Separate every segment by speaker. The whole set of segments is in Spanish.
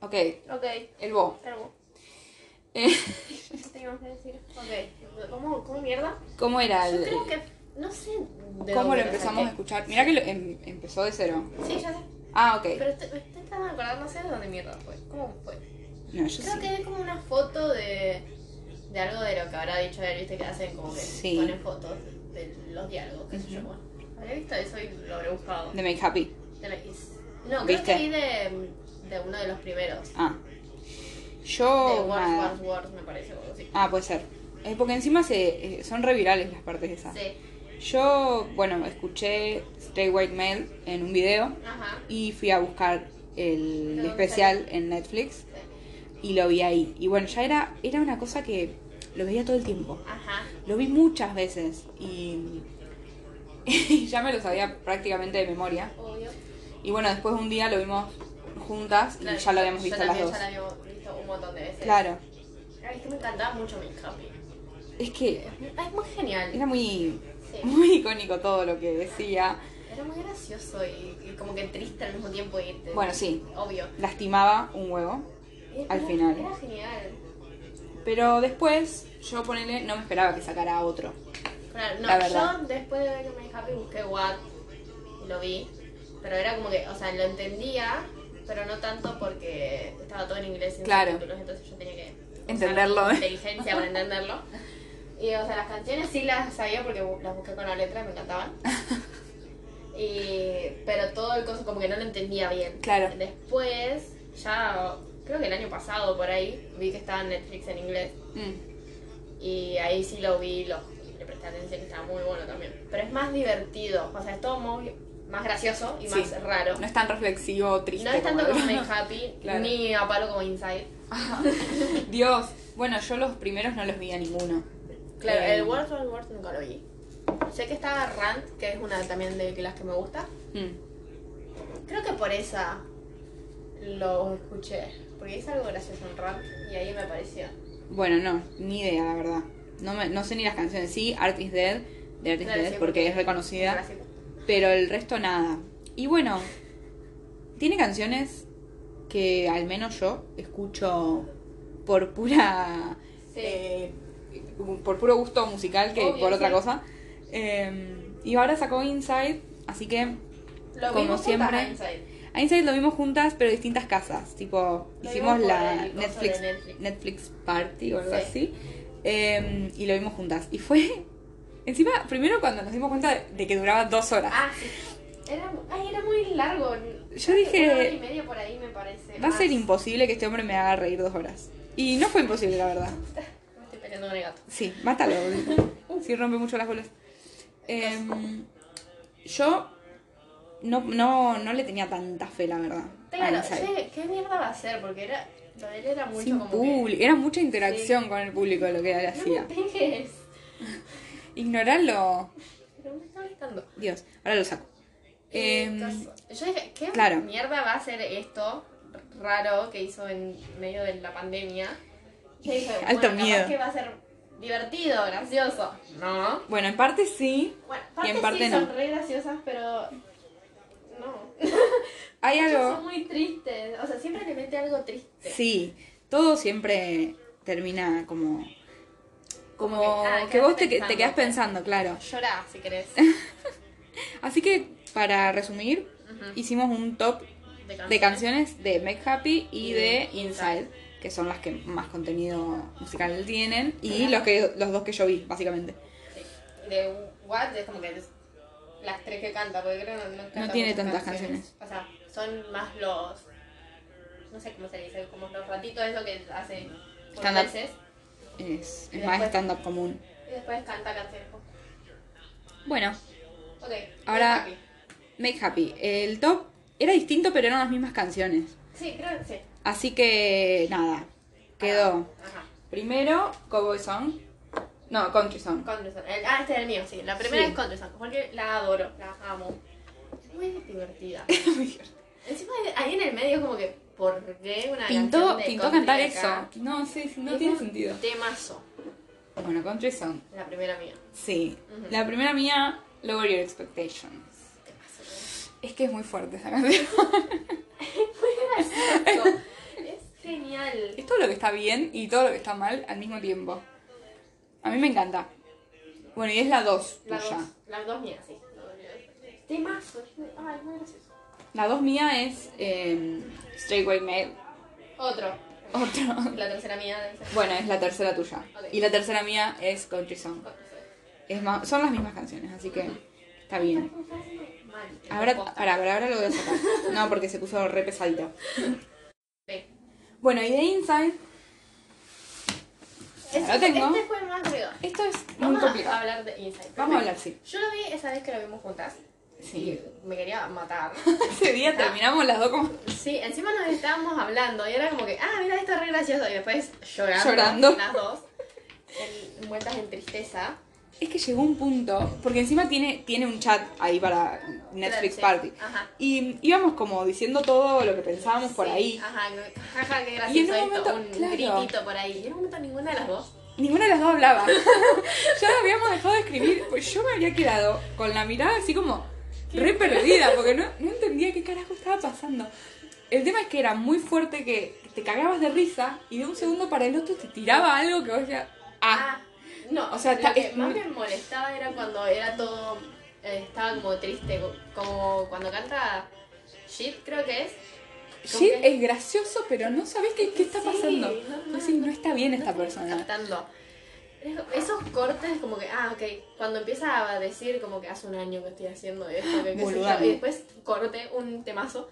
Speaker 1: Ok,
Speaker 2: Ok,
Speaker 1: el bo.
Speaker 2: pero
Speaker 1: Eh,
Speaker 2: ¿qué teníamos que decir? Ok, ¿cómo, cómo mierda?
Speaker 1: ¿Cómo era
Speaker 2: Yo
Speaker 1: el.?
Speaker 2: creo que, no sé de
Speaker 1: ¿Cómo
Speaker 2: dónde
Speaker 1: lo empezamos a
Speaker 2: saqué.
Speaker 1: escuchar? Mirá que lo em- empezó de cero.
Speaker 2: Sí, ya sé,
Speaker 1: Ah, ok.
Speaker 2: pero estoy, me estoy tratando de acordar, no sé de dónde mierda fue, cómo fue.
Speaker 1: No, yo
Speaker 2: Creo
Speaker 1: sí.
Speaker 2: que vi como una foto de, de algo de lo que habrá dicho él, viste que hacen como que
Speaker 1: Sí.
Speaker 2: ponen fotos de los diálogos, qué sé yo, bueno. Había visto eso y lo habré buscado.
Speaker 1: De Make Happy.
Speaker 2: De la- is- No, creo
Speaker 1: ¿Viste?
Speaker 2: que vi de, de uno de los primeros.
Speaker 1: Ah.
Speaker 2: de
Speaker 1: Yo.
Speaker 2: Words,
Speaker 1: nada.
Speaker 2: Words, Words, me parece, o algo así.
Speaker 1: Ah, puede ser. Eh, porque encima se, eh, son revirales las partes esas.
Speaker 2: Sí,
Speaker 1: Yo, bueno, escuché Stay White Mail en un video
Speaker 2: ajá.
Speaker 1: y fui a buscar el
Speaker 2: ¿Dónde
Speaker 1: especial en Netflix
Speaker 2: sí,
Speaker 1: y lo vi ahí. Y bueno, ya era, era una cosa que lo veía todo el tiempo.
Speaker 2: Ajá.
Speaker 1: Lo vi muchas veces y, y ya me lo sabía prácticamente de memoria.
Speaker 2: Obvio.
Speaker 1: Y bueno, después un día lo vimos juntas y
Speaker 2: Claro,
Speaker 1: ya lo habíamos
Speaker 2: yo
Speaker 1: visto las
Speaker 2: también
Speaker 1: dos.
Speaker 2: Ya lo habíamos visto un montón de veces.
Speaker 1: Claro,
Speaker 2: Ay, es que me encantaba mucho Miss Happy.
Speaker 1: es que
Speaker 2: Ay, Es muy genial.
Speaker 1: era muy,
Speaker 2: Sí.
Speaker 1: muy icónico todo lo que decía.
Speaker 2: Era muy gracioso y, y como que triste al mismo tiempo. Y te-
Speaker 1: Bueno, sí.
Speaker 2: Obvio.
Speaker 1: Lastimaba un huevo.
Speaker 2: Era-
Speaker 1: Al final.
Speaker 2: Era genial.
Speaker 1: Pero después, yo ponele, no me esperaba que sacara otro.
Speaker 2: Claro, no,
Speaker 1: La verdad.
Speaker 2: yo después de ver que Miss Happy busqué What y lo vi. Pero era como que, o sea, lo entendía, pero no tanto porque estaba todo en inglés sin
Speaker 1: Claro.
Speaker 2: subtítulos, entonces yo tenía que usar
Speaker 1: Entenderlo, ¿eh?
Speaker 2: Inteligencia para entenderlo. Y, o sea, las canciones sí las sabía porque bu- las busqué con la letra y me encantaban. Y, pero todo el coso como que no lo entendía bien.
Speaker 1: Claro.
Speaker 2: Después, ya creo que el año pasado por ahí, vi que estaba en Netflix en inglés.
Speaker 1: Mm,
Speaker 2: Y ahí sí lo vi, lo, le presté atención, estaba muy bueno también. Pero es más divertido, o sea, es todo muy, más gracioso y
Speaker 1: Sí.
Speaker 2: más raro.
Speaker 1: No es tan reflexivo o triste.
Speaker 2: No es tanto
Speaker 1: el
Speaker 2: como
Speaker 1: otro.
Speaker 2: Make Happy,
Speaker 1: Claro.
Speaker 2: ni a palo como Inside.
Speaker 1: Dios, bueno, yo los primeros no los vi a ninguno.
Speaker 2: Claro,
Speaker 1: Eh,
Speaker 2: el World War Wars nunca lo vi. Sé que estaba Rant, que es una también de las que me gusta.
Speaker 1: mm,
Speaker 2: Creo que por esa lo escuché, porque hice algo gracioso en Rant y ahí me apareció.
Speaker 1: Bueno, no, ni idea, la verdad. No, me- no sé ni las canciones. Sí, Art is Dead, de Art is
Speaker 2: Claro,
Speaker 1: Dead,
Speaker 2: sí,
Speaker 1: porque es reconocida.
Speaker 2: clásico.
Speaker 1: Pero el resto nada. Y bueno, tiene canciones que al menos yo escucho por pura.
Speaker 2: Sí.
Speaker 1: eh, por puro gusto musical que
Speaker 2: Obvio,
Speaker 1: por otra
Speaker 2: sí.
Speaker 1: cosa. Eh, y ahora sacó Inside, así que.
Speaker 2: Lo
Speaker 1: como
Speaker 2: vimos juntas
Speaker 1: siempre,
Speaker 2: a Inside.
Speaker 1: A Inside lo vimos juntas, pero distintas casas. Tipo,
Speaker 2: Lo
Speaker 1: hicimos
Speaker 2: vimos por
Speaker 1: la
Speaker 2: el coso de
Speaker 1: Netflix,
Speaker 2: Netflix.
Speaker 1: Netflix Party o algo
Speaker 2: Sí.
Speaker 1: así. eh, y lo vimos juntas. Y fue. Encima, primero cuando nos dimos cuenta de que duraba dos horas.
Speaker 2: Ah, sí. Era, ay, era muy largo.
Speaker 1: Yo
Speaker 2: Una hora y
Speaker 1: dije,
Speaker 2: media por ahí me parece.
Speaker 1: va a ser
Speaker 2: más.
Speaker 1: imposible que este hombre me haga reír dos horas. Y no fue imposible, la verdad.
Speaker 2: Me estoy peleando con el gato.
Speaker 1: Sí, mátalo. boludo. Sí, rompe mucho las bolas. Em, yo no, no, no le tenía tanta fe, la verdad. a
Speaker 2: Claro,
Speaker 1: Inside.
Speaker 2: ¿qué, ¿qué mierda va a ser? Porque era, lo de él era mucho
Speaker 1: Sin
Speaker 2: como que...
Speaker 1: público. Era mucha interacción con el público lo que él
Speaker 2: No me
Speaker 1: hacía.
Speaker 2: pegues.
Speaker 1: Ignorarlo.
Speaker 2: Pero me está molestando.
Speaker 1: Dios, ahora lo saco. Em,
Speaker 2: Entonces, yo dije, ¿qué
Speaker 1: claro.
Speaker 2: mierda va a ser esto raro que hizo en medio de la pandemia? Yo dije,
Speaker 1: Alto
Speaker 2: bueno, capaz
Speaker 1: miedo.
Speaker 2: que va a ser divertido, gracioso. No.
Speaker 1: bueno, en parte sí.
Speaker 2: Bueno,
Speaker 1: Y
Speaker 2: partes
Speaker 1: en parte
Speaker 2: sí
Speaker 1: no.
Speaker 2: son re graciosas, pero... No.
Speaker 1: Hay
Speaker 2: Ellos
Speaker 1: algo.
Speaker 2: son muy tristes. O sea, siempre le mete algo triste.
Speaker 1: Sí, todo siempre termina como. Como
Speaker 2: Como que, ah,
Speaker 1: que
Speaker 2: quedaste
Speaker 1: vos te, que- te
Speaker 2: pensando.
Speaker 1: quedás pensando, claro.
Speaker 2: Llorá, si querés.
Speaker 1: Así que, para resumir,
Speaker 2: Ujú.
Speaker 1: hicimos un top de canciones de Make Happy y
Speaker 2: Y
Speaker 1: de
Speaker 2: de
Speaker 1: Inside, que son las que más contenido musical tienen y
Speaker 2: Claro.
Speaker 1: los, que, los dos que yo vi, básicamente.
Speaker 2: Sí. De What es como que es las tres que canta, porque creo que no, no, canta
Speaker 1: No tiene
Speaker 2: muchas
Speaker 1: tantas
Speaker 2: O sea, son más los. No sé cómo se dice, como los ratitos, eso que hace por
Speaker 1: Stand-up.
Speaker 2: veces.
Speaker 1: Es, es
Speaker 2: Y
Speaker 1: más
Speaker 2: después-
Speaker 1: stand-up común.
Speaker 2: Y después canta canciones.
Speaker 1: Bueno,
Speaker 2: Ok.
Speaker 1: Ahora-
Speaker 2: Happy.
Speaker 1: Make Happy. El top era distinto, pero eran las mismas canciones.
Speaker 2: Sí, creo que sí.
Speaker 1: Así que, nada, quedó.
Speaker 2: Ajá.
Speaker 1: Primero, Cowboy Song. No, Country Song.
Speaker 2: Country Song. El- ah, este es el mío, sí. La primera
Speaker 1: Sí.
Speaker 2: es Country Song, porque la adoro, la amo. Es muy divertida. Encima, ahí en el medio, como que, ¿por qué una canción
Speaker 1: Pintó,
Speaker 2: de
Speaker 1: pintó
Speaker 2: country
Speaker 1: cantar
Speaker 2: acá?
Speaker 1: eso. No, sí, sí, no
Speaker 2: Es
Speaker 1: tiene
Speaker 2: un
Speaker 1: sentido.
Speaker 2: Temazo,
Speaker 1: Bueno, Country Song.
Speaker 2: la primera mía.
Speaker 1: Sí.
Speaker 2: Ujú.
Speaker 1: La primera mía, Lower Your Expectations.
Speaker 2: Temazo.
Speaker 1: Es que es muy fuerte esa canción.
Speaker 2: Muy gracioso. Es
Speaker 1: está bien y todo lo que está mal al mismo tiempo. A mí me encanta. Bueno, y es la 2
Speaker 2: Las
Speaker 1: tuya.
Speaker 2: dos, las dos mías, sí. Temas. Ay, muy gracioso.
Speaker 1: La 2 mía es eh, Straightway Mail.
Speaker 2: Otro.
Speaker 1: Otro.
Speaker 2: La tercera mía debe ser.
Speaker 1: Bueno, es la tercera tuya.
Speaker 2: Ok.
Speaker 1: Y la tercera mía es Country Song. Es más, son las mismas canciones, así que está bien.
Speaker 2: Mal.
Speaker 1: Ahora, ahora, ahora, ahora lo voy a sacar. No, porque se puso re pesadito.
Speaker 2: Sí.
Speaker 1: Bueno, y de Inside,
Speaker 2: Este-
Speaker 1: lo tengo.
Speaker 2: Este fue el más ruido.
Speaker 1: esto es muy
Speaker 2: Vamos a
Speaker 1: complicado.
Speaker 2: hablar de Inside.
Speaker 1: Vamos a hablar, sí.
Speaker 2: Yo lo vi esa vez que lo vimos juntas.
Speaker 1: Sí.
Speaker 2: Y me quería matar.
Speaker 1: Ese día terminamos las dos como
Speaker 2: Sí, encima nos estábamos hablando y era como que, ah, mira, esto es re gracioso. Y después llorando.
Speaker 1: Llorando.
Speaker 2: Las dos. En- Envueltas en tristeza.
Speaker 1: Es que llegó un punto, porque encima tiene, tiene un chat ahí para Netflix
Speaker 2: Sí,
Speaker 1: Party.
Speaker 2: Ajá.
Speaker 1: Y íbamos como diciendo todo lo que pensábamos por
Speaker 2: Sí,
Speaker 1: ahí.
Speaker 2: Ajá, no- jaja, qué
Speaker 1: Y en un
Speaker 2: gracioso esto.
Speaker 1: momento,
Speaker 2: un
Speaker 1: claro.
Speaker 2: gritito por ahí. Y en un momento ninguna de las dos.
Speaker 1: Ninguna de las dos hablaba. ya lo habíamos dejado de escribir. Pues yo me había quedado con la mirada así como re perdida, porque no, no entendía qué carajo estaba pasando. El tema es que era muy fuerte que te cagabas de risa y de un segundo para el otro te tiraba algo que vos decías, ah,
Speaker 2: Ah, no,
Speaker 1: O sea,
Speaker 2: lo
Speaker 1: ta-
Speaker 2: que
Speaker 1: es-
Speaker 2: más me molestaba era cuando era todo, eh, estaba como triste, co- como cuando canta Shit, creo que es. como
Speaker 1: shit,
Speaker 2: que-
Speaker 1: es gracioso, pero no sabés qué, qué está
Speaker 2: Sí,
Speaker 1: pasando.
Speaker 2: no, no,
Speaker 1: Vos decís, no,
Speaker 2: no,
Speaker 1: está bien esta
Speaker 2: No estoy
Speaker 1: persona.
Speaker 2: captando. Es- Esos cortes como que, ah, ok, cuando empieza a decir como que hace un año que estoy haciendo esto, que qué sé yo,
Speaker 1: Boluda,
Speaker 2: y
Speaker 1: ¿no?
Speaker 2: después corte un temazo.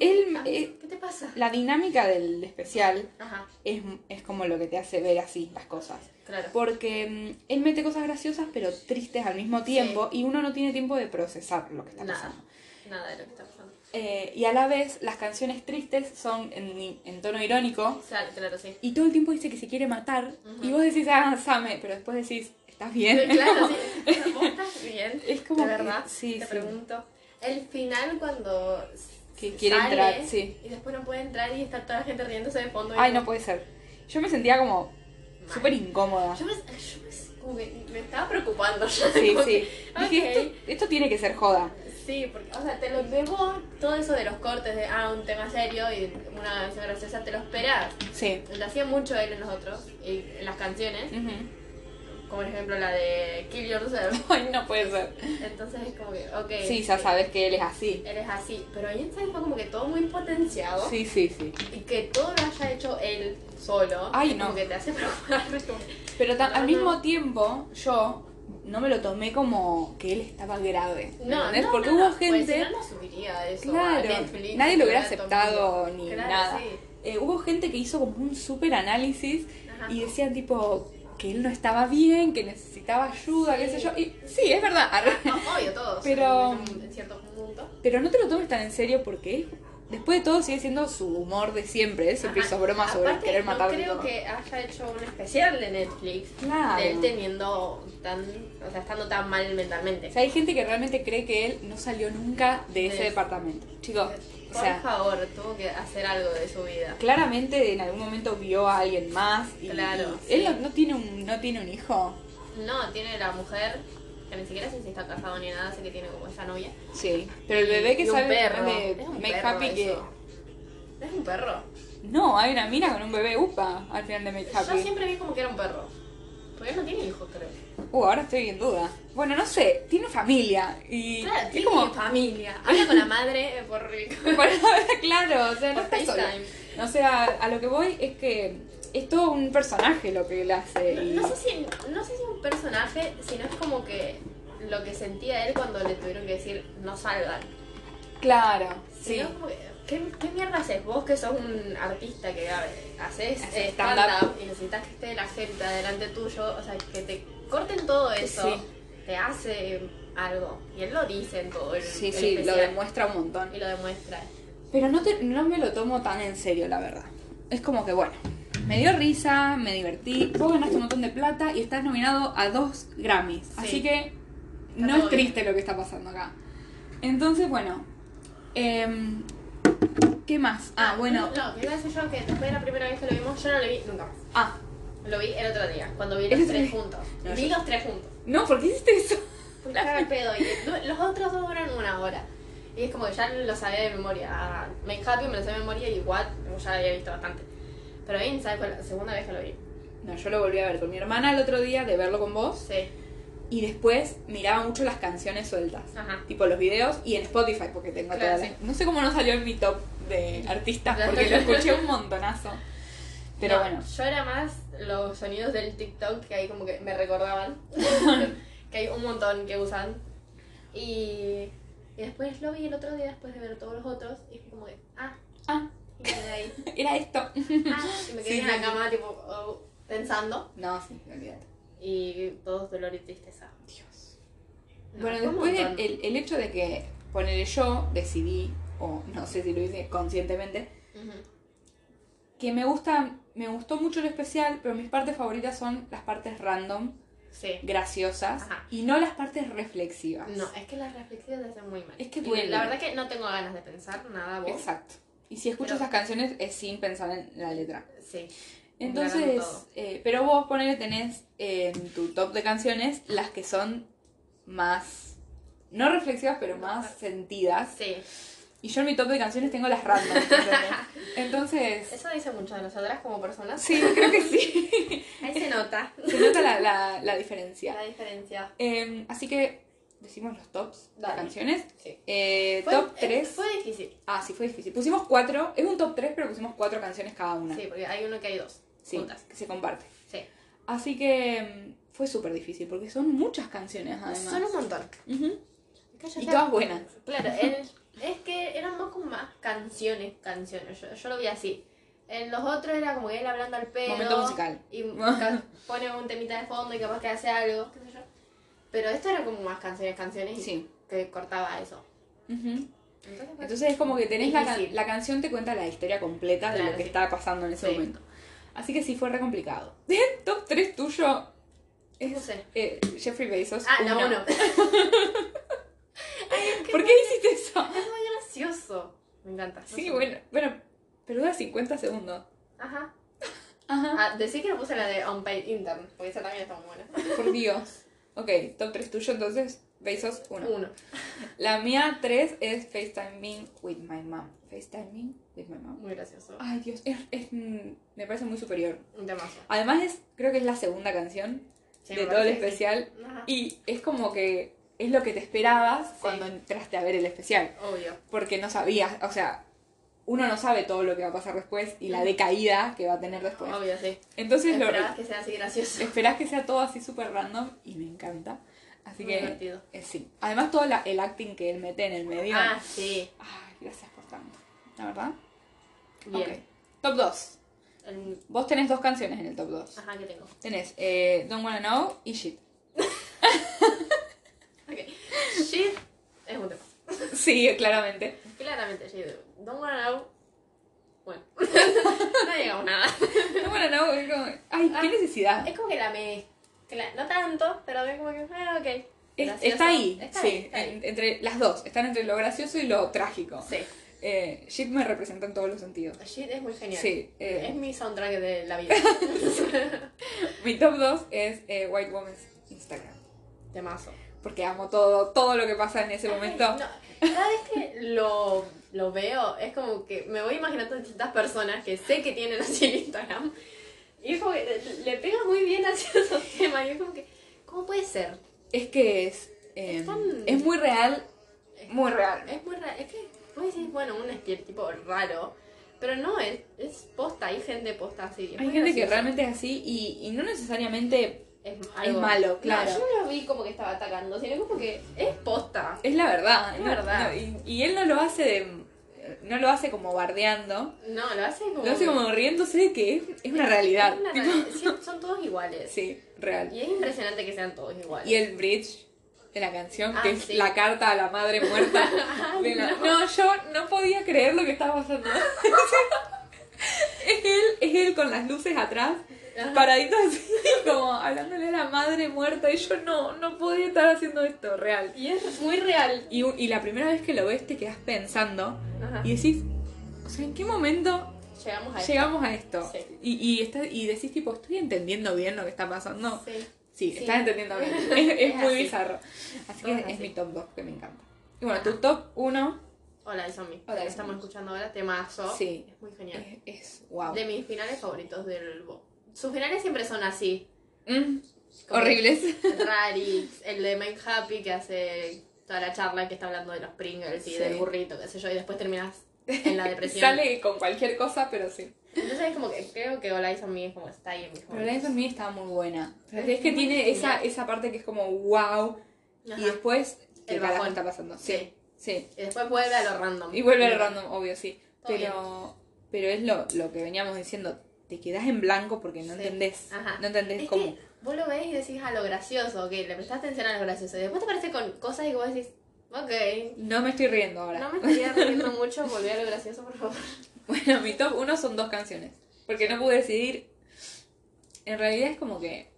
Speaker 1: Él,
Speaker 2: Ah,
Speaker 1: eh,
Speaker 2: ¿Qué te pasa?
Speaker 1: la dinámica del especial
Speaker 2: Ajá,
Speaker 1: es, es como lo que te hace ver así las cosas.
Speaker 2: claro.
Speaker 1: Porque mm, él mete cosas graciosas pero tristes al mismo tiempo y uno no tiene tiempo de procesar lo que está
Speaker 2: Nada.
Speaker 1: pasando.
Speaker 2: Nada de lo que está pasando.
Speaker 1: Eh, y a la vez las canciones tristes son en, en tono irónico
Speaker 2: Claro, claro, sí.
Speaker 1: y todo el tiempo dice que se quiere matar
Speaker 2: Ujú.
Speaker 1: y vos decís, ah, Same, pero después decís, ¿estás bien?
Speaker 2: Claro, sí. ¿Vos estás bien?
Speaker 1: Es como
Speaker 2: De
Speaker 1: que-
Speaker 2: verdad,
Speaker 1: sí,
Speaker 2: te
Speaker 1: sí.
Speaker 2: pregunto. El final cuando
Speaker 1: Que quiere
Speaker 2: sale
Speaker 1: entrar, sí.
Speaker 2: y después no puede entrar y está toda la gente riéndose de fondo. y
Speaker 1: Ay, no
Speaker 2: como-
Speaker 1: puede ser. Yo me sentía como súper incómoda.
Speaker 2: Yo, me, yo me, como que me estaba preocupando ya.
Speaker 1: Sí,
Speaker 2: como
Speaker 1: sí.
Speaker 2: que,
Speaker 1: Dije,
Speaker 2: ok.
Speaker 1: esto, esto tiene que ser joda.
Speaker 2: Sí, porque, o sea, te lo debo todo eso de los cortes de, ah, un tema serio y una canción graciosa, te lo esperas.
Speaker 1: Sí.
Speaker 2: Lo hacía mucho él en los otros, y en las canciones,
Speaker 1: Ujú.
Speaker 2: como por ejemplo la de Kill Yourself.
Speaker 1: Ay, no puede ser.
Speaker 2: Entonces es como que, ok.
Speaker 1: Sí, ya sabes que él es así.
Speaker 2: Eres así, pero ahí en Seinfeld fue como que todo muy potenciado
Speaker 1: Sí, sí, sí.
Speaker 2: y que todo lo haya hecho él solo.
Speaker 1: Ay,
Speaker 2: es
Speaker 1: no.
Speaker 2: Como que te hace preocupar. es como-
Speaker 1: Pero ta-
Speaker 2: Ah, No,
Speaker 1: al
Speaker 2: no.
Speaker 1: mismo tiempo, yo no me lo tomé como que él estaba grave. ¿me
Speaker 2: No,
Speaker 1: entendés?
Speaker 2: no,
Speaker 1: Porque
Speaker 2: no,
Speaker 1: hubo
Speaker 2: no, pues,
Speaker 1: gente.
Speaker 2: si no, no subiría eso.
Speaker 1: claro,
Speaker 2: a Netflix,
Speaker 1: nadie lo hubiera
Speaker 2: a todo el
Speaker 1: aceptado
Speaker 2: mundo.
Speaker 1: ni
Speaker 2: Claro,
Speaker 1: nada.
Speaker 2: sí.
Speaker 1: Eh, hubo gente que hizo como un súper análisis
Speaker 2: Ajá.
Speaker 1: y decían, tipo, que él no estaba bien, que necesitaba ayuda, qué sé yo. Y sí, es verdad. arre.
Speaker 2: Ah, obvio, todos.
Speaker 1: Pero-
Speaker 2: En, un- en cierto punto.
Speaker 1: Pero no te lo tomes tan en serio porque él, después de todo, sigue siendo su humor de siempre. Él siempre
Speaker 2: Ajá.
Speaker 1: hizo bromas sobre
Speaker 2: Aparte,
Speaker 1: querer matar
Speaker 2: No
Speaker 1: a
Speaker 2: creo
Speaker 1: todo.
Speaker 2: que haya hecho un especial de Netflix
Speaker 1: Claro.
Speaker 2: de él teniendo tan. O sea, estando tan mal mentalmente.
Speaker 1: O sea, hay gente que realmente cree que él no salió nunca de ese
Speaker 2: Sí.
Speaker 1: departamento. Chicos, o
Speaker 2: Por
Speaker 1: sea,
Speaker 2: favor, tuvo que hacer algo de su vida.
Speaker 1: claramente en algún momento vio a alguien más y,
Speaker 2: Claro,
Speaker 1: y él
Speaker 2: sí.
Speaker 1: no, no tiene un no tiene un hijo.
Speaker 2: No, tiene la mujer, que ni siquiera sé si está casado ni nada, sé que tiene como esa novia.
Speaker 1: Sí, pero el bebé que
Speaker 2: Y un
Speaker 1: sale
Speaker 2: perro.
Speaker 1: de
Speaker 2: Es un
Speaker 1: Make
Speaker 2: perro
Speaker 1: Happy que
Speaker 2: eso. Es un perro.
Speaker 1: no, hay una mina con un bebé upa al final de Make
Speaker 2: Yo
Speaker 1: Happy.
Speaker 2: siempre vi como que era un perro. Porque él no tiene hijos, creo.
Speaker 1: Uh, ahora estoy en duda. Bueno, no sé, tiene familia y
Speaker 2: Claro,
Speaker 1: es
Speaker 2: tiene
Speaker 1: como
Speaker 2: familia. Habla con la madre eh, por rico.
Speaker 1: claro, o sea, no
Speaker 2: Por
Speaker 1: está solo.
Speaker 2: FaceTime.
Speaker 1: O sea, a lo que voy es que es todo un personaje lo que él hace. y-
Speaker 2: No, no sé si, no sé si un personaje, sino es como que lo que sentía él cuando le tuvieron que decir no salgan.
Speaker 1: Claro, sí.
Speaker 2: Sino como que, ¿Qué, ¿Qué mierda haces vos que sos un artista que a ver, haces
Speaker 1: Haces
Speaker 2: eh,
Speaker 1: stand-up.
Speaker 2: stand-up y necesitas que esté la gente delante tuyo? O sea, que te corten todo eso,
Speaker 1: Sí.
Speaker 2: te hace algo. Y él lo dice en todo el,
Speaker 1: Sí,
Speaker 2: el
Speaker 1: sí, lo
Speaker 2: especial.
Speaker 1: demuestra un montón.
Speaker 2: Y lo demuestra.
Speaker 1: Pero no, te- no me lo tomo tan en serio, la verdad. Es como que, bueno, me dio risa, me divertí, vos ganaste un montón de plata y estás nominado a dos Grammys. Así que no
Speaker 2: todo
Speaker 1: es triste
Speaker 2: bien.
Speaker 1: lo que está pasando acá. Entonces, bueno. em, ¿Qué más? Ah, bueno.
Speaker 2: No, que iba a decir yo que después de la primera vez que lo vimos, yo no lo vi nunca más.
Speaker 1: Ah,
Speaker 2: Lo vi el otro día, cuando vi los tres juntos.
Speaker 1: No,
Speaker 2: vi
Speaker 1: yo-
Speaker 2: los tres juntos.
Speaker 1: no, ¿por qué hiciste eso?
Speaker 2: Porque estaba al pedo. Y du- los otros dos duran una hora. Y es como que ya lo sabía de memoria. Ah, Make Happy me lo sabía de memoria y What, como ya lo había visto bastante. Pero Inside fue la segunda vez que lo vi.
Speaker 1: No, yo lo volví a ver con mi hermana el otro día de verlo con vos.
Speaker 2: Sí.
Speaker 1: Y después miraba mucho las canciones sueltas.
Speaker 2: Ajá.
Speaker 1: Tipo los videos y en Spotify, porque tengo
Speaker 2: Claro,
Speaker 1: todas las-
Speaker 2: sí.
Speaker 1: No sé cómo no salió en mi top de artistas,
Speaker 2: Ya.
Speaker 1: porque lo escuché un montonazo. Pero
Speaker 2: No,
Speaker 1: bueno.
Speaker 2: Yo era más los sonidos del TikTok que ahí como que me recordaban. que hay un montón que usan. Y, y después lo vi el otro día después de ver todos los otros. Y fue como que, ah,
Speaker 1: Ah,
Speaker 2: y me quedé ahí.
Speaker 1: era esto.
Speaker 2: Ah, y me quedé
Speaker 1: Sí, sí,
Speaker 2: en la
Speaker 1: sí.
Speaker 2: cama, tipo, oh, pensando.
Speaker 1: No, sí, olvídate.
Speaker 2: Y todo es dolor y tristeza.
Speaker 1: Dios.
Speaker 2: No,
Speaker 1: Bueno,
Speaker 2: fue un
Speaker 1: después
Speaker 2: montón.
Speaker 1: el, el- el hecho de que poner yo decidí, o no sé si lo hice conscientemente,
Speaker 2: Ujú.
Speaker 1: que me gusta, me gustó mucho el especial, pero mis partes favoritas son las partes random,
Speaker 2: Sí.
Speaker 1: graciosas,
Speaker 2: Ajá.
Speaker 1: y no las partes reflexivas.
Speaker 2: No, es que las reflexiones te hacen muy mal.
Speaker 1: Es que
Speaker 2: Y
Speaker 1: duele.
Speaker 2: La verdad que no tengo ganas de pensar nada vos.
Speaker 1: Exacto. Y si escucho
Speaker 2: Pero-
Speaker 1: esas canciones es sin pensar en la letra.
Speaker 2: Sí. Claro,
Speaker 1: Entonces,
Speaker 2: todo.
Speaker 1: eh, pero vos ponele tenés en tu top de canciones las que son más, no reflexivas, pero más sentidas.
Speaker 2: Sí.
Speaker 1: Y yo en mi top de canciones tengo las random. ¿entendés? Entonces,
Speaker 2: Eso dice mucho de nosotras como personas.
Speaker 1: sí, creo que sí.
Speaker 2: Ahí se nota
Speaker 1: Se nota la, la- la diferencia.
Speaker 2: la diferencia.
Speaker 1: Eh, así que decimos los tops de
Speaker 2: Dale.
Speaker 1: canciones.
Speaker 2: Sí.
Speaker 1: Eh, top 3.
Speaker 2: Fue difícil.
Speaker 1: Ah, sí, fue difícil. Pusimos cuatro. Es un top 3, pero pusimos cuatro canciones cada una.
Speaker 2: Sí, porque hay uno que hay dos.
Speaker 1: Sí,
Speaker 2: Juntas.
Speaker 1: que se comparte.
Speaker 2: Sí.
Speaker 1: Así que mm, fue súper difícil porque son muchas canciones además.
Speaker 2: Son un montón.
Speaker 1: Ujú.
Speaker 2: Es que
Speaker 1: Y
Speaker 2: ya-
Speaker 1: todas buenas.
Speaker 2: Claro, el- es que eran más como más canciones, canciones. Yo, yo lo vi así. En los otros era como que él hablando al pedo.
Speaker 1: Momento musical.
Speaker 2: Y ca- pone un temita de fondo y capaz que hace algo, qué sé yo. Pero esto era como más canciones, canciones. Y
Speaker 1: Sí.
Speaker 2: Que cortaba eso.
Speaker 1: Ujú.
Speaker 2: Entonces, pues, fue-
Speaker 1: Entonces es como que tenés la, can-
Speaker 2: Difícil.
Speaker 1: la canción te cuenta la historia completa de lo
Speaker 2: Claro,
Speaker 1: que
Speaker 2: sí.
Speaker 1: estaba pasando en ese
Speaker 2: Sí.
Speaker 1: momento. Así que sí fue re complicado. top 3 tuyo
Speaker 2: No
Speaker 1: es
Speaker 2: sé.
Speaker 1: eh, Jeffrey Bezos.
Speaker 2: Ah, la
Speaker 1: uno.
Speaker 2: uno. Ay, es que
Speaker 1: ¿Por qué hiciste eso?
Speaker 2: Es muy gracioso. Me encanta. no
Speaker 1: Sí,
Speaker 2: sé.
Speaker 1: bueno, bueno, pero dura 50 segundos.
Speaker 2: Ajá.
Speaker 1: Ajá.
Speaker 2: Ah, decí que lo puse la de Unpaid Intern, porque esa también está muy buena.
Speaker 1: Por Dios. Ok, top 3 tuyo entonces, Bezos 1.
Speaker 2: Uno.
Speaker 1: La mía 3 es FaceTiming with my mom. FaceTiming with my mom.
Speaker 2: Muy gracioso.
Speaker 1: Ay, Dios, es, es, mm, me parece muy superior.
Speaker 2: Un temazo.
Speaker 1: Además, es, creo que es la segunda canción
Speaker 2: Sí,
Speaker 1: de
Speaker 2: me
Speaker 1: todo el
Speaker 2: parece que sí.
Speaker 1: especial.
Speaker 2: Ajá.
Speaker 1: Y es como que es lo que te esperabas cuando entraste a ver el especial.
Speaker 2: Obvio.
Speaker 1: Porque no sabías, o sea, uno no sabe todo lo que va a pasar después y la decaída que va a tener después.
Speaker 2: Obvio, sí.
Speaker 1: Entonces, lo,
Speaker 2: Esperabas que sea así gracioso.
Speaker 1: esperás que sea todo así súper random y me encanta. Así
Speaker 2: Muy
Speaker 1: que,
Speaker 2: divertido.
Speaker 1: eh, sí. Además, todo la- el acting que él mete en el medio.
Speaker 2: Ah, sí.
Speaker 1: Ay, gracias por tanto. ¿La verdad?
Speaker 2: Bien.
Speaker 1: Ok. Top 2.
Speaker 2: El-
Speaker 1: Vos tenés dos canciones en el top 2.
Speaker 2: Ajá, que tengo.
Speaker 1: Tenés eh, Don't Wanna Know y Shit.
Speaker 2: Ok. Shit es un tema.
Speaker 1: Sí, claramente.
Speaker 2: Claramente, shit. Don't wanna know. Bueno. no llegamos a nada.
Speaker 1: Don't Wanna Know es como... Ay, qué
Speaker 2: Ah,
Speaker 1: necesidad.
Speaker 2: Es como que la me. que la- no tanto, pero es como que. Ah, ok.
Speaker 1: Es-
Speaker 2: Gracioso.
Speaker 1: está ahí.
Speaker 2: Está
Speaker 1: sí,
Speaker 2: ahí. Está ahí.
Speaker 1: en- entre las dos. Están entre lo gracioso y lo trágico.
Speaker 2: Sí.
Speaker 1: Eh, Shit me representa en todos los sentidos.
Speaker 2: Shit es muy genial.
Speaker 1: Sí. eh,
Speaker 2: Es mi soundtrack de la vida.
Speaker 1: mi top 2 es eh, White Woman's Instagram.
Speaker 2: Temazo.
Speaker 1: Porque amo todo, todo lo que pasa en ese momento.
Speaker 2: Ay, no, cada vez que lo, lo veo, es como que me voy imaginando distintas personas que sé que tienen así el Instagram. Y es como que le pega muy bien a ciertos temas. Y es como que, ¿cómo puede ser?
Speaker 1: Es que es... eh,
Speaker 2: Es tan-
Speaker 1: Es muy real.
Speaker 2: Es-
Speaker 1: Muy real.
Speaker 2: Es muy raro. Es que vos decís, bueno, un estereotipo raro. Pero no, es, es posta. Hay gente posta así. es
Speaker 1: Hay
Speaker 2: muy
Speaker 1: gente que
Speaker 2: gracioso.
Speaker 1: realmente es así y, y no necesariamente
Speaker 2: Es,
Speaker 1: es
Speaker 2: algo-
Speaker 1: malo,
Speaker 2: No,
Speaker 1: claro.
Speaker 2: yo no lo vi como que estaba atacando, sino como que es posta.
Speaker 1: es la verdad.
Speaker 2: Ah, Es
Speaker 1: no-
Speaker 2: verdad.
Speaker 1: no, y, y él no lo hace de, no lo hace como bardeando,
Speaker 2: No, lo hace como.
Speaker 1: lo hace como riéndose de que es, es una realidad.
Speaker 2: Es una
Speaker 1: tipo,
Speaker 2: realidad. Sí, son todos iguales.
Speaker 1: sí, real.
Speaker 2: Y es impresionante que sean todos iguales.
Speaker 1: Y el bridge de la canción,
Speaker 2: Ah,
Speaker 1: que es
Speaker 2: sí.
Speaker 1: la carta a la madre muerta. de la- no. yo no podía creer lo que estaba pasando. es él, es él con las luces atrás.
Speaker 2: Ajá.
Speaker 1: Paradito así, como hablándole a la madre muerta, y yo no, no podía estar haciendo esto, real.
Speaker 2: Y es muy real.
Speaker 1: Y, u- y la primera vez que lo ves te quedas pensando
Speaker 2: Ajá.
Speaker 1: y decís, o sea, ¿en qué momento
Speaker 2: Llegamos a esto.
Speaker 1: llegamos a esto?
Speaker 2: Sí.
Speaker 1: Y, y, está- y decís, tipo, ¿estoy entendiendo bien lo que está pasando? Sí,
Speaker 2: este. Sí. Sí.
Speaker 1: estás entendiendo bien. Es, es
Speaker 2: Es
Speaker 1: muy
Speaker 2: así.
Speaker 1: bizarro. Así que
Speaker 2: Todo
Speaker 1: es,
Speaker 2: es así.
Speaker 1: mi top 2 que me encanta. Y bueno, tu top 1
Speaker 2: Hola, el zombie.
Speaker 1: Hola,
Speaker 2: que
Speaker 1: el
Speaker 2: estamos
Speaker 1: zombie.
Speaker 2: escuchando ahora, temazo.
Speaker 1: Sí.
Speaker 2: Es muy genial.
Speaker 1: Es, es- wow.
Speaker 2: De mis finales favoritos del bo. Sus finales siempre son así.
Speaker 1: Mm,
Speaker 2: como
Speaker 1: horribles.
Speaker 2: Rarix, el de Mike Happy que hace toda la charla que está hablando de los Pringles y
Speaker 1: Sí.
Speaker 2: del burrito, qué sé yo, y después terminas en la depresión.
Speaker 1: Sale con cualquier cosa, pero sí.
Speaker 2: Entonces es como que creo que Hola Is on Me es como está ahí en mi
Speaker 1: Pero
Speaker 2: favorito.
Speaker 1: la Life of Me está muy buena. O sea,
Speaker 2: Es
Speaker 1: es que
Speaker 2: muy
Speaker 1: tiene
Speaker 2: genial.
Speaker 1: esa, esa parte que es como wow.
Speaker 2: Ajá.
Speaker 1: Y después, ¿qué
Speaker 2: El
Speaker 1: carajo
Speaker 2: bajón.
Speaker 1: está pasando? Sí,
Speaker 2: Sí.
Speaker 1: sí.
Speaker 2: Y después vuelve a lo random.
Speaker 1: Y vuelve al random, obvio, sí.
Speaker 2: Todo
Speaker 1: Pero, pero es lo, lo que veníamos diciendo. Te quedas en blanco porque no
Speaker 2: Sí.
Speaker 1: entendés.
Speaker 2: Ajá.
Speaker 1: No entendés
Speaker 2: Es
Speaker 1: cómo.
Speaker 2: que vos lo ves y decís a lo gracioso, que le prestás atención a lo gracioso. Y después te aparece con cosas y vos decís, ok,
Speaker 1: No me estoy riendo ahora.
Speaker 2: no me estaría riendo mucho, volví a lo gracioso, por favor.
Speaker 1: Bueno, mi top uno son dos canciones. Porque no pude decidir. En realidad es como que.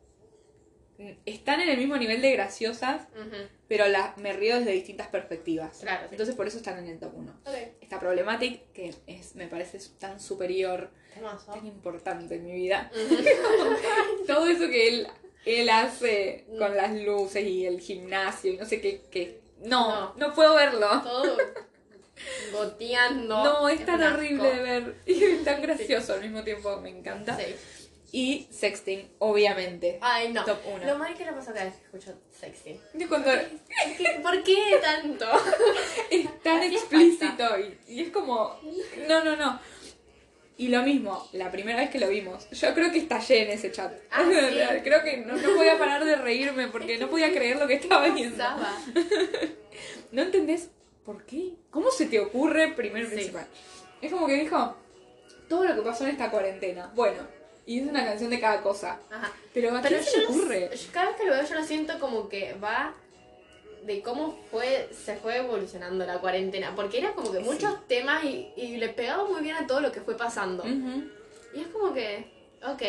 Speaker 1: Están en el mismo nivel de graciosas,
Speaker 2: Ujú.
Speaker 1: pero las me río desde distintas perspectivas.
Speaker 2: Claro, sí.
Speaker 1: Entonces por eso están en el top uno.
Speaker 2: Ok.
Speaker 1: esta problemática que es, me parece tan superior,
Speaker 2: Hermoso.
Speaker 1: tan importante en mi vida.
Speaker 2: Ujú. Mm.
Speaker 1: Todo eso que él, él hace con las luces y el gimnasio y no sé qué. qué. No, no,
Speaker 2: No.
Speaker 1: puedo verlo.
Speaker 2: todo goteando.
Speaker 1: No, es tan
Speaker 2: un asco.
Speaker 1: horrible de ver y tan gracioso al mismo tiempo, me encanta.
Speaker 2: Sí. Ah,
Speaker 1: Y sexting, obviamente.
Speaker 2: Ay, no.
Speaker 1: Top uno.
Speaker 2: Lo mal que lo pasó cada vez que escucho sexy.
Speaker 1: Yo cuando
Speaker 2: Es que, ¿Por qué tanto?
Speaker 1: es tan
Speaker 2: Así es
Speaker 1: explícito y, y es como... No, no, no. Y lo mismo, la primera vez que lo vimos, yo creo que estallé en ese chat.
Speaker 2: Ah, sí.
Speaker 1: creo que no, no podía parar de reírme porque no podía creer lo que estaba viendo.
Speaker 2: Pasaba.
Speaker 1: ¿No entendés por qué? ¿Cómo se te ocurre primero y
Speaker 2: Sí.
Speaker 1: principal? Es como que dijo, todo lo que pasó en esta cuarentena. Bueno, y es una canción de cada cosa.
Speaker 2: Ajá.
Speaker 1: Pero ¿a
Speaker 2: Pero
Speaker 1: quién se le
Speaker 2: yo, lo-
Speaker 1: ocurre?
Speaker 2: yo cada vez que lo veo yo lo siento como que va de cómo fue se fue evolucionando la cuarentena. Porque era como que muchos temas y, y le pegaba muy bien a todo lo que fue pasando.
Speaker 1: Ujú.
Speaker 2: Y es como que, ok,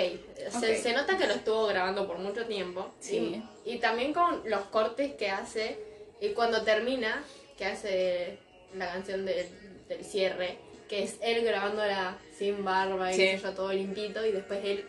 Speaker 1: Mm. Ok.
Speaker 2: se, se nota que lo estuvo grabando por mucho tiempo.
Speaker 1: Sí.
Speaker 2: Y, y también con los cortes que hace y cuando termina, que hace la canción del, del cierre, que es él grabándola sin barba y
Speaker 1: Sí.
Speaker 2: qué sé yo, todo limpito y después él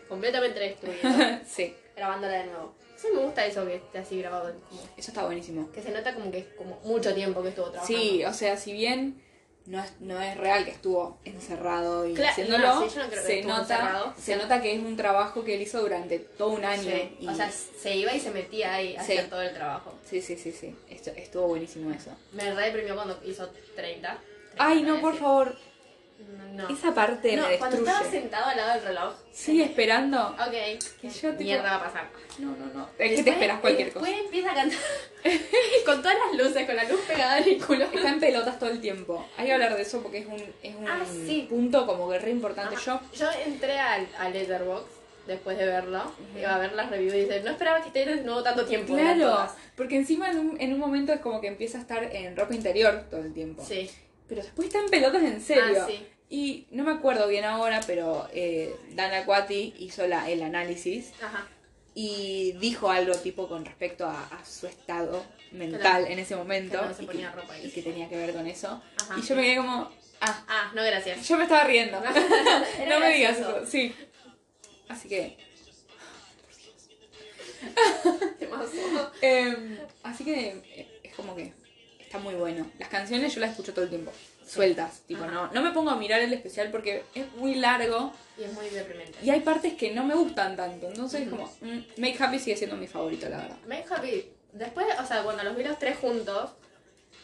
Speaker 2: completamente destruido
Speaker 1: sí,
Speaker 2: grabándola de nuevo. Sí, me gusta eso que esté así grabado, como,
Speaker 1: eso está buenísimo.
Speaker 2: que se nota como que es como mucho tiempo que estuvo trabajando.
Speaker 1: Sí, o sea, si bien no es, no es real que estuvo encerrado y
Speaker 2: Claro,
Speaker 1: haciéndolo,
Speaker 2: no, sí, yo no creo que
Speaker 1: se,
Speaker 2: estuvo
Speaker 1: nota,
Speaker 2: encerrado.
Speaker 1: se nota que es un trabajo que él hizo durante todo un año.
Speaker 2: Sí,
Speaker 1: y-
Speaker 2: O sea, se iba y se metía ahí a
Speaker 1: Sí.
Speaker 2: hacer todo el trabajo.
Speaker 1: sí, sí, sí, sí. Esto, estuvo buenísimo eso.
Speaker 2: Me re deprimió cuando hizo 30.
Speaker 1: Ay, no, por favor,
Speaker 2: No.
Speaker 1: esa parte
Speaker 2: no,
Speaker 1: me
Speaker 2: cuando
Speaker 1: destruye.
Speaker 2: estaba sentado al lado del reloj.
Speaker 1: Sí, esperando.
Speaker 2: Ok.
Speaker 1: Que yo, tipo-
Speaker 2: Mierda va a pasar.
Speaker 1: No, no, no. Es que eh, te esperas cualquier cosa.
Speaker 2: Después empieza a cantar con todas las luces, con la luz pegada en el culo.
Speaker 1: Está en pelotas todo el tiempo. Hay que hablar de eso porque es un, es un
Speaker 2: Ah, sí.
Speaker 1: punto como que re importante.
Speaker 2: Ajá.
Speaker 1: Yo
Speaker 2: Yo entré al, a Letterboxd después de verlo. Iba a ver las reviews y dice, no esperaba que esté desnudo tanto tiempo. eran
Speaker 1: Claro,
Speaker 2: todas".
Speaker 1: porque encima en un, en un momento es como que empieza a estar en ropa interior todo el tiempo.
Speaker 2: Sí.
Speaker 1: Pero después está en pelotas en serio.
Speaker 2: Ah, sí.
Speaker 1: Y no me acuerdo bien ahora, pero eh, Dana Cuati hizo la, el análisis
Speaker 2: Ajá.
Speaker 1: y dijo algo tipo con respecto a, a su estado mental
Speaker 2: Claro.
Speaker 1: en ese momento.
Speaker 2: Que no se
Speaker 1: y
Speaker 2: ponía
Speaker 1: que-
Speaker 2: ropa ahí.
Speaker 1: y que tenía que ver con eso.
Speaker 2: Ajá.
Speaker 1: Y yo me quedé como, ah,
Speaker 2: Ah, no, gracias.
Speaker 1: yo me estaba riendo. No
Speaker 2: Era
Speaker 1: me digas
Speaker 2: gracioso.
Speaker 1: eso, sí. Así que,
Speaker 2: Temazo.
Speaker 1: em, así que eh, es como que está muy bueno. Las canciones yo las escucho todo el tiempo, sueltas. Tipo,
Speaker 2: Ajá.
Speaker 1: no, no me pongo a mirar el especial porque es muy largo
Speaker 2: Y es muy deprimente.
Speaker 1: y hay partes que no me gustan tanto. Entonces,
Speaker 2: Ujú.
Speaker 1: como, mm, Make Happy sigue siendo mi favorito, la verdad.
Speaker 2: Me happy. Después, o sea, cuando los vi los tres juntos,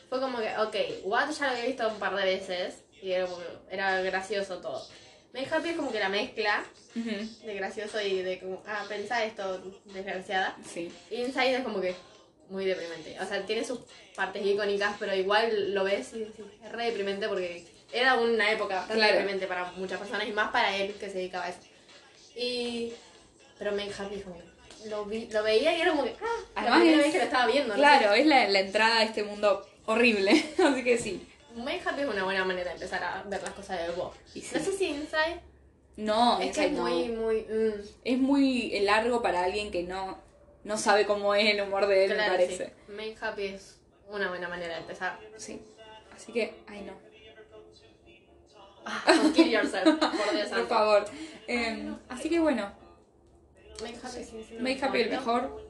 Speaker 2: fue como que, ok, What ya lo había visto un par de veces y era, como que- era gracioso todo. Make Happy es como que la mezcla
Speaker 1: Ujú,
Speaker 2: de gracioso y de como, ah, pensá esto, desgraciada.
Speaker 1: Sí.
Speaker 2: Inside es como que muy deprimente. O sea, tiene sus partes icónicas, pero igual lo ves y decís, es re deprimente porque era una época bastante
Speaker 1: Claro.
Speaker 2: deprimente para muchas personas y más para él que se dedicaba a eso. Y. Pero me Happy es como que lo, vi- lo veía y era como que, ah,
Speaker 1: Además
Speaker 2: la primera
Speaker 1: es-
Speaker 2: vez que lo estaba viendo. ¿no?
Speaker 1: Claro, es la, la entrada a este mundo horrible. Así que sí.
Speaker 2: Make Happy es una buena manera de empezar a ver las cosas de Bob.
Speaker 1: Y sí.
Speaker 2: No sé si Inside
Speaker 1: No,
Speaker 2: es que es
Speaker 1: no.
Speaker 2: muy, muy. mm,
Speaker 1: es muy largo para alguien que no, no sabe cómo es el humor de él,
Speaker 2: claro,
Speaker 1: me parece.
Speaker 2: sí. Make Happy es una buena manera de empezar.
Speaker 1: Sí. Así que, ay no.
Speaker 2: Ah, con Kill Yourself, por
Speaker 1: Por
Speaker 2: Dios santo.
Speaker 1: favor. Eh,
Speaker 2: no.
Speaker 1: así que bueno,
Speaker 2: Make Happy, sigue siendo mi
Speaker 1: Make Happy el
Speaker 2: favorito.
Speaker 1: mejor.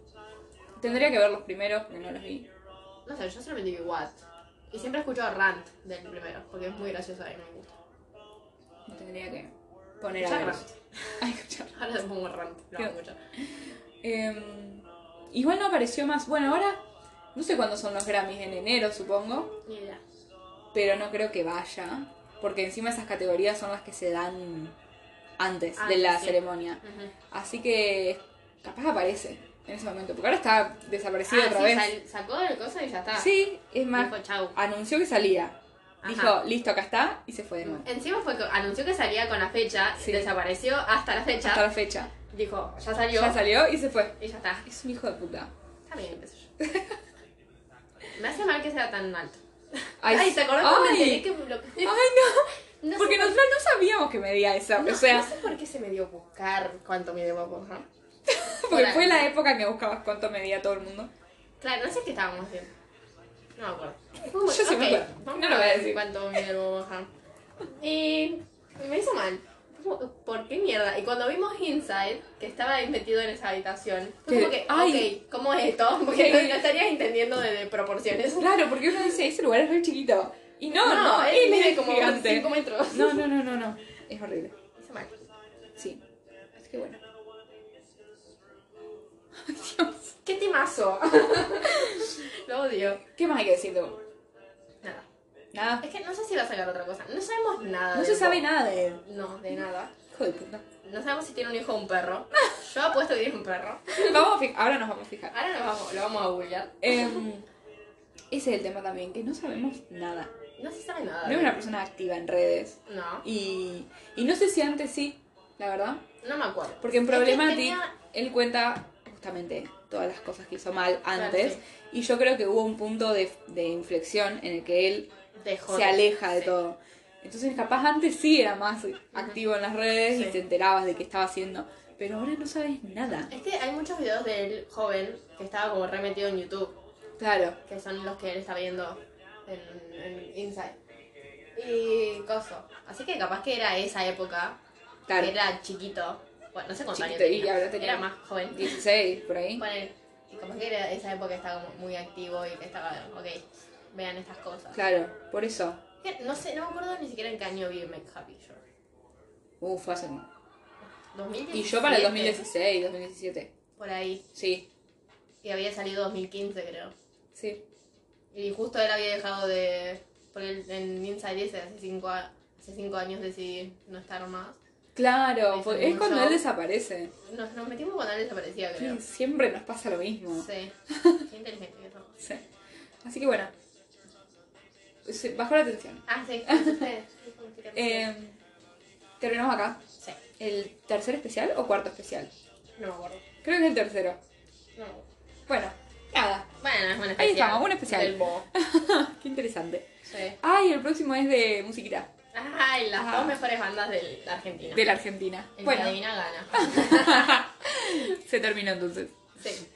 Speaker 1: Tendría que ver los primeros, pero no los vi.
Speaker 2: No sé, yo solamente vi What. Y siempre escucho Rant del primero, porque es muy gracioso y me gusta.
Speaker 1: Tendría que poner
Speaker 2: Escuchar
Speaker 1: a ver.
Speaker 2: Rant.
Speaker 1: Ay, escuchar.
Speaker 2: Ahora le pongo Rant, lo
Speaker 1: Yo-
Speaker 2: amo mucho.
Speaker 1: Em, igual no apareció más. Bueno, ahora no sé cuándo son los Grammys, en enero supongo,
Speaker 2: Ni idea.
Speaker 1: pero no creo que vaya, porque encima esas categorías son las que se dan antes de
Speaker 2: Antes,
Speaker 1: la
Speaker 2: sí.
Speaker 1: ceremonia.
Speaker 2: Ujú.
Speaker 1: Así que capaz aparece en ese momento, porque ahora está desaparecido
Speaker 2: Ah,
Speaker 1: otra
Speaker 2: sí,
Speaker 1: vez.
Speaker 2: sal- sacó el coso y ya está.
Speaker 1: Sí, es más,
Speaker 2: Dijo chau.
Speaker 1: anunció que salía.
Speaker 2: Ajá.
Speaker 1: Dijo, listo, acá está, y se fue de nuevo.
Speaker 2: Encima fue que anunció que salía con la fecha,
Speaker 1: Sí.
Speaker 2: desapareció hasta la fecha.
Speaker 1: Hasta la fecha.
Speaker 2: Dijo, ya salió.
Speaker 1: Ya salió y se fue.
Speaker 2: Y ya está.
Speaker 1: Es un hijo de puta.
Speaker 2: Está bien, qué sé yo. Me hace mal que sea tan alto.
Speaker 1: Ay,
Speaker 2: Ay, ¿te acordás cuando
Speaker 1: ay.
Speaker 2: me enteré que lo
Speaker 1: Ay,
Speaker 2: que...
Speaker 1: no.
Speaker 2: No
Speaker 1: Porque
Speaker 2: sé por-
Speaker 1: nosotros no sabíamos que medía eso.
Speaker 2: no,
Speaker 1: o sea,
Speaker 2: no sé por qué se me dio buscar cuánto me dio Bobo.
Speaker 1: porque fue la época que buscabas cuánto medía todo el mundo.
Speaker 2: Claro, no sé qué estábamos haciendo. No me acuerdo.
Speaker 1: Yo sí me
Speaker 2: Ok,
Speaker 1: acuerdo.
Speaker 2: vamos
Speaker 1: No lo voy a
Speaker 2: ver
Speaker 1: decir.
Speaker 2: Cuánto mide el Bobo Ham. Y me hizo mal. Fue como, ¿Por qué mierda? Y cuando vimos Inside, que estaba ahí metido en esa habitación, fue
Speaker 1: Que-
Speaker 2: como que,
Speaker 1: ay.
Speaker 2: ok, ¿cómo es esto? Porque no, no estarías entendiendo de, de proporciones.
Speaker 1: Claro, porque uno dice, ese lugar es re chiquito. Y no,
Speaker 2: No,
Speaker 1: no,
Speaker 2: él mide como 5 metros.
Speaker 1: No, no, no, no, no. Es horrible.
Speaker 2: Me hizo mal.
Speaker 1: Sí. Es que bueno.
Speaker 2: ¡Qué timazo! Lo odio.
Speaker 1: ¿Qué más hay que decir de vos?
Speaker 2: Nada.
Speaker 1: Nada.
Speaker 2: Es que no sé si va a sacar otra cosa. No sabemos nada.
Speaker 1: No
Speaker 2: de
Speaker 1: se
Speaker 2: Bob.
Speaker 1: sabe nada de él.
Speaker 2: No, de nada.
Speaker 1: Hijo de puta.
Speaker 2: No sabemos si tiene un hijo o un perro. Yo apuesto que tiene un perro.
Speaker 1: Vamos a fi- Ahora nos vamos a fijar.
Speaker 2: Ahora nos vamos, lo vamos a googlear.
Speaker 1: Em, ese es el tema también, que no sabemos nada.
Speaker 2: No se sabe nada.
Speaker 1: No es una persona activa en redes.
Speaker 2: No,
Speaker 1: Y, y no sé si antes sí, la verdad.
Speaker 2: no me acuerdo.
Speaker 1: Porque en
Speaker 2: Es que
Speaker 1: Problematic
Speaker 2: tenía-
Speaker 1: él cuenta justamente todas las cosas que hizo mal
Speaker 2: Claro,
Speaker 1: antes.
Speaker 2: sí.
Speaker 1: Y yo creo que hubo un punto de, de inflexión en el que él
Speaker 2: Dejó
Speaker 1: se
Speaker 2: de-
Speaker 1: aleja de
Speaker 2: sí.
Speaker 1: todo. Entonces capaz antes sí era más activo en las redes y
Speaker 2: Sí.
Speaker 1: te enterabas de qué estaba haciendo. Pero ahora no sabes nada.
Speaker 2: Es que hay muchos videos de él joven que estaba como re metido en YouTube,
Speaker 1: Claro.
Speaker 2: que son los que él está viendo en, en Inside. Y coso. Así que capaz que era esa época,
Speaker 1: Claro.
Speaker 2: que era chiquito. Bueno, no sé cuántos años
Speaker 1: Chiquito, y ahora tenía-
Speaker 2: Era más joven.
Speaker 1: 16, por ahí.
Speaker 2: Poner, y como que era esa época estaba como muy activo y que estaba, ok, vean estas cosas.
Speaker 1: Claro, por eso.
Speaker 2: Que No sé, no me acuerdo ni siquiera en qué año vi Make Happy Show.
Speaker 1: Uf, fue hace como-
Speaker 2: 2017,
Speaker 1: Y yo para el 2016, 2017.
Speaker 2: Por ahí.
Speaker 1: Sí,
Speaker 2: Y había salido 2015, creo.
Speaker 1: sí.
Speaker 2: Y justo él había dejado de. Porque él en Inside ese hace 5 cinco, a- hace cinco años decidí no estar más.
Speaker 1: Claro,
Speaker 2: Hizo
Speaker 1: fue-
Speaker 2: como
Speaker 1: es
Speaker 2: un
Speaker 1: cuando
Speaker 2: show.
Speaker 1: él desaparece.
Speaker 2: Nos, nos metimos cuando él desaparecía, creo.
Speaker 1: Sí, siempre nos pasa lo mismo.
Speaker 2: Sí. Qué inteligente que somos.
Speaker 1: Sí. Así que bueno. Sí, Bajó la atención.
Speaker 2: Ah, sí.
Speaker 1: Eh, terminamos acá.
Speaker 2: sí.
Speaker 1: ¿El tercer especial o cuarto especial?
Speaker 2: No me acuerdo.
Speaker 1: Creo que es el tercero.
Speaker 2: No me acuerdo.
Speaker 1: Bueno, nada.
Speaker 2: Bueno, es un especial.
Speaker 1: Ahí estamos, un especial.
Speaker 2: Del Bo.
Speaker 1: Qué interesante.
Speaker 2: Sí.
Speaker 1: Ay, el próximo es de musiquita.
Speaker 2: Ay, las
Speaker 1: Ah.
Speaker 2: dos mejores bandas de la Argentina.
Speaker 1: De la Argentina.
Speaker 2: El que
Speaker 1: Bueno,
Speaker 2: adivina gana.
Speaker 1: se terminó entonces.
Speaker 2: sí.